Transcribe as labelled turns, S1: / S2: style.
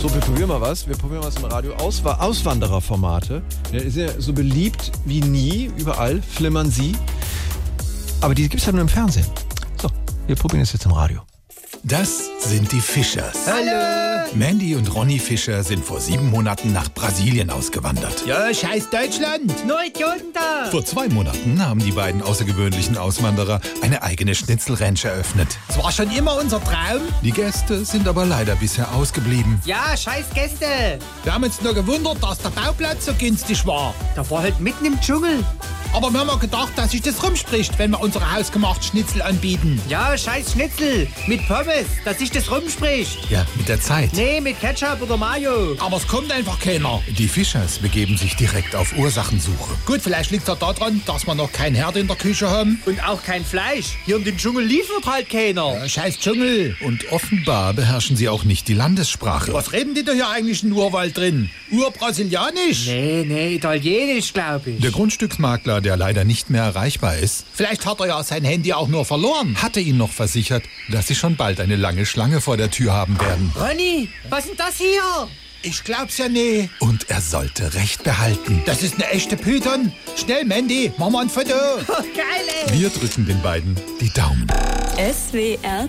S1: So, wir probieren mal was. Wir probieren was im Radio. Auswa Auswandererformate. Der ist ja so beliebt wie nie. Überall flimmern sie. Aber die gibt es halt nur im Fernsehen. So, wir probieren es jetzt im Radio.
S2: Das sind die Fischers.
S3: Hallo!
S2: Mandy und Ronny Fischer sind vor sieben Monaten nach Brasilien ausgewandert.
S3: Ja, scheiß Deutschland!
S4: Nur Idioten da!
S2: Vor zwei Monaten haben die beiden außergewöhnlichen Auswanderer eine eigene Schnitzelranch eröffnet.
S3: Es war schon immer unser Traum.
S2: Die Gäste sind aber leider bisher ausgeblieben.
S4: Ja, scheiß Gäste!
S3: Wir haben uns nur gewundert, dass der Bauplatz so günstig war.
S4: Da war halt mitten im Dschungel.
S3: Aber wir haben ja gedacht, dass sich das rumspricht, wenn wir unsere hausgemachten Schnitzel anbieten.
S4: Ja, scheiß Schnitzel! Mit Pommes, dass sich das rumspricht.
S2: Ja, mit der Zeit.
S4: Nee, mit Ketchup oder Mayo.
S3: Aber es kommt einfach keiner.
S2: Die Fischers begeben sich direkt auf Ursachensuche.
S3: Gut, vielleicht liegt es ja daran, dass wir noch keinen Herd in der Küche haben.
S4: Und auch kein Fleisch. Hier in den Dschungel liefert halt keiner.
S3: Äh, Scheiß Dschungel.
S2: Und offenbar beherrschen sie auch nicht die Landessprache.
S3: Was reden die da hier eigentlich in Urwald drin? Urbrasilianisch?
S4: Nee, nee, italienisch, glaube ich.
S2: Der Grundstücksmakler, der leider nicht mehr erreichbar ist,
S3: Vielleicht hat er ja sein Handy auch nur verloren.
S2: hatte ihnen noch versichert, dass sie schon bald eine lange Schlange vor der Tür haben werden.
S4: Ronny, was ist denn das hier?
S3: Ich glaub's ja nie.
S2: Und er sollte Recht behalten.
S3: Das ist eine echte Python. Schnell, Mandy, mach mal ein Foto.
S4: Geil, ey!
S2: Wir drücken den beiden die Daumen.
S5: SWR 3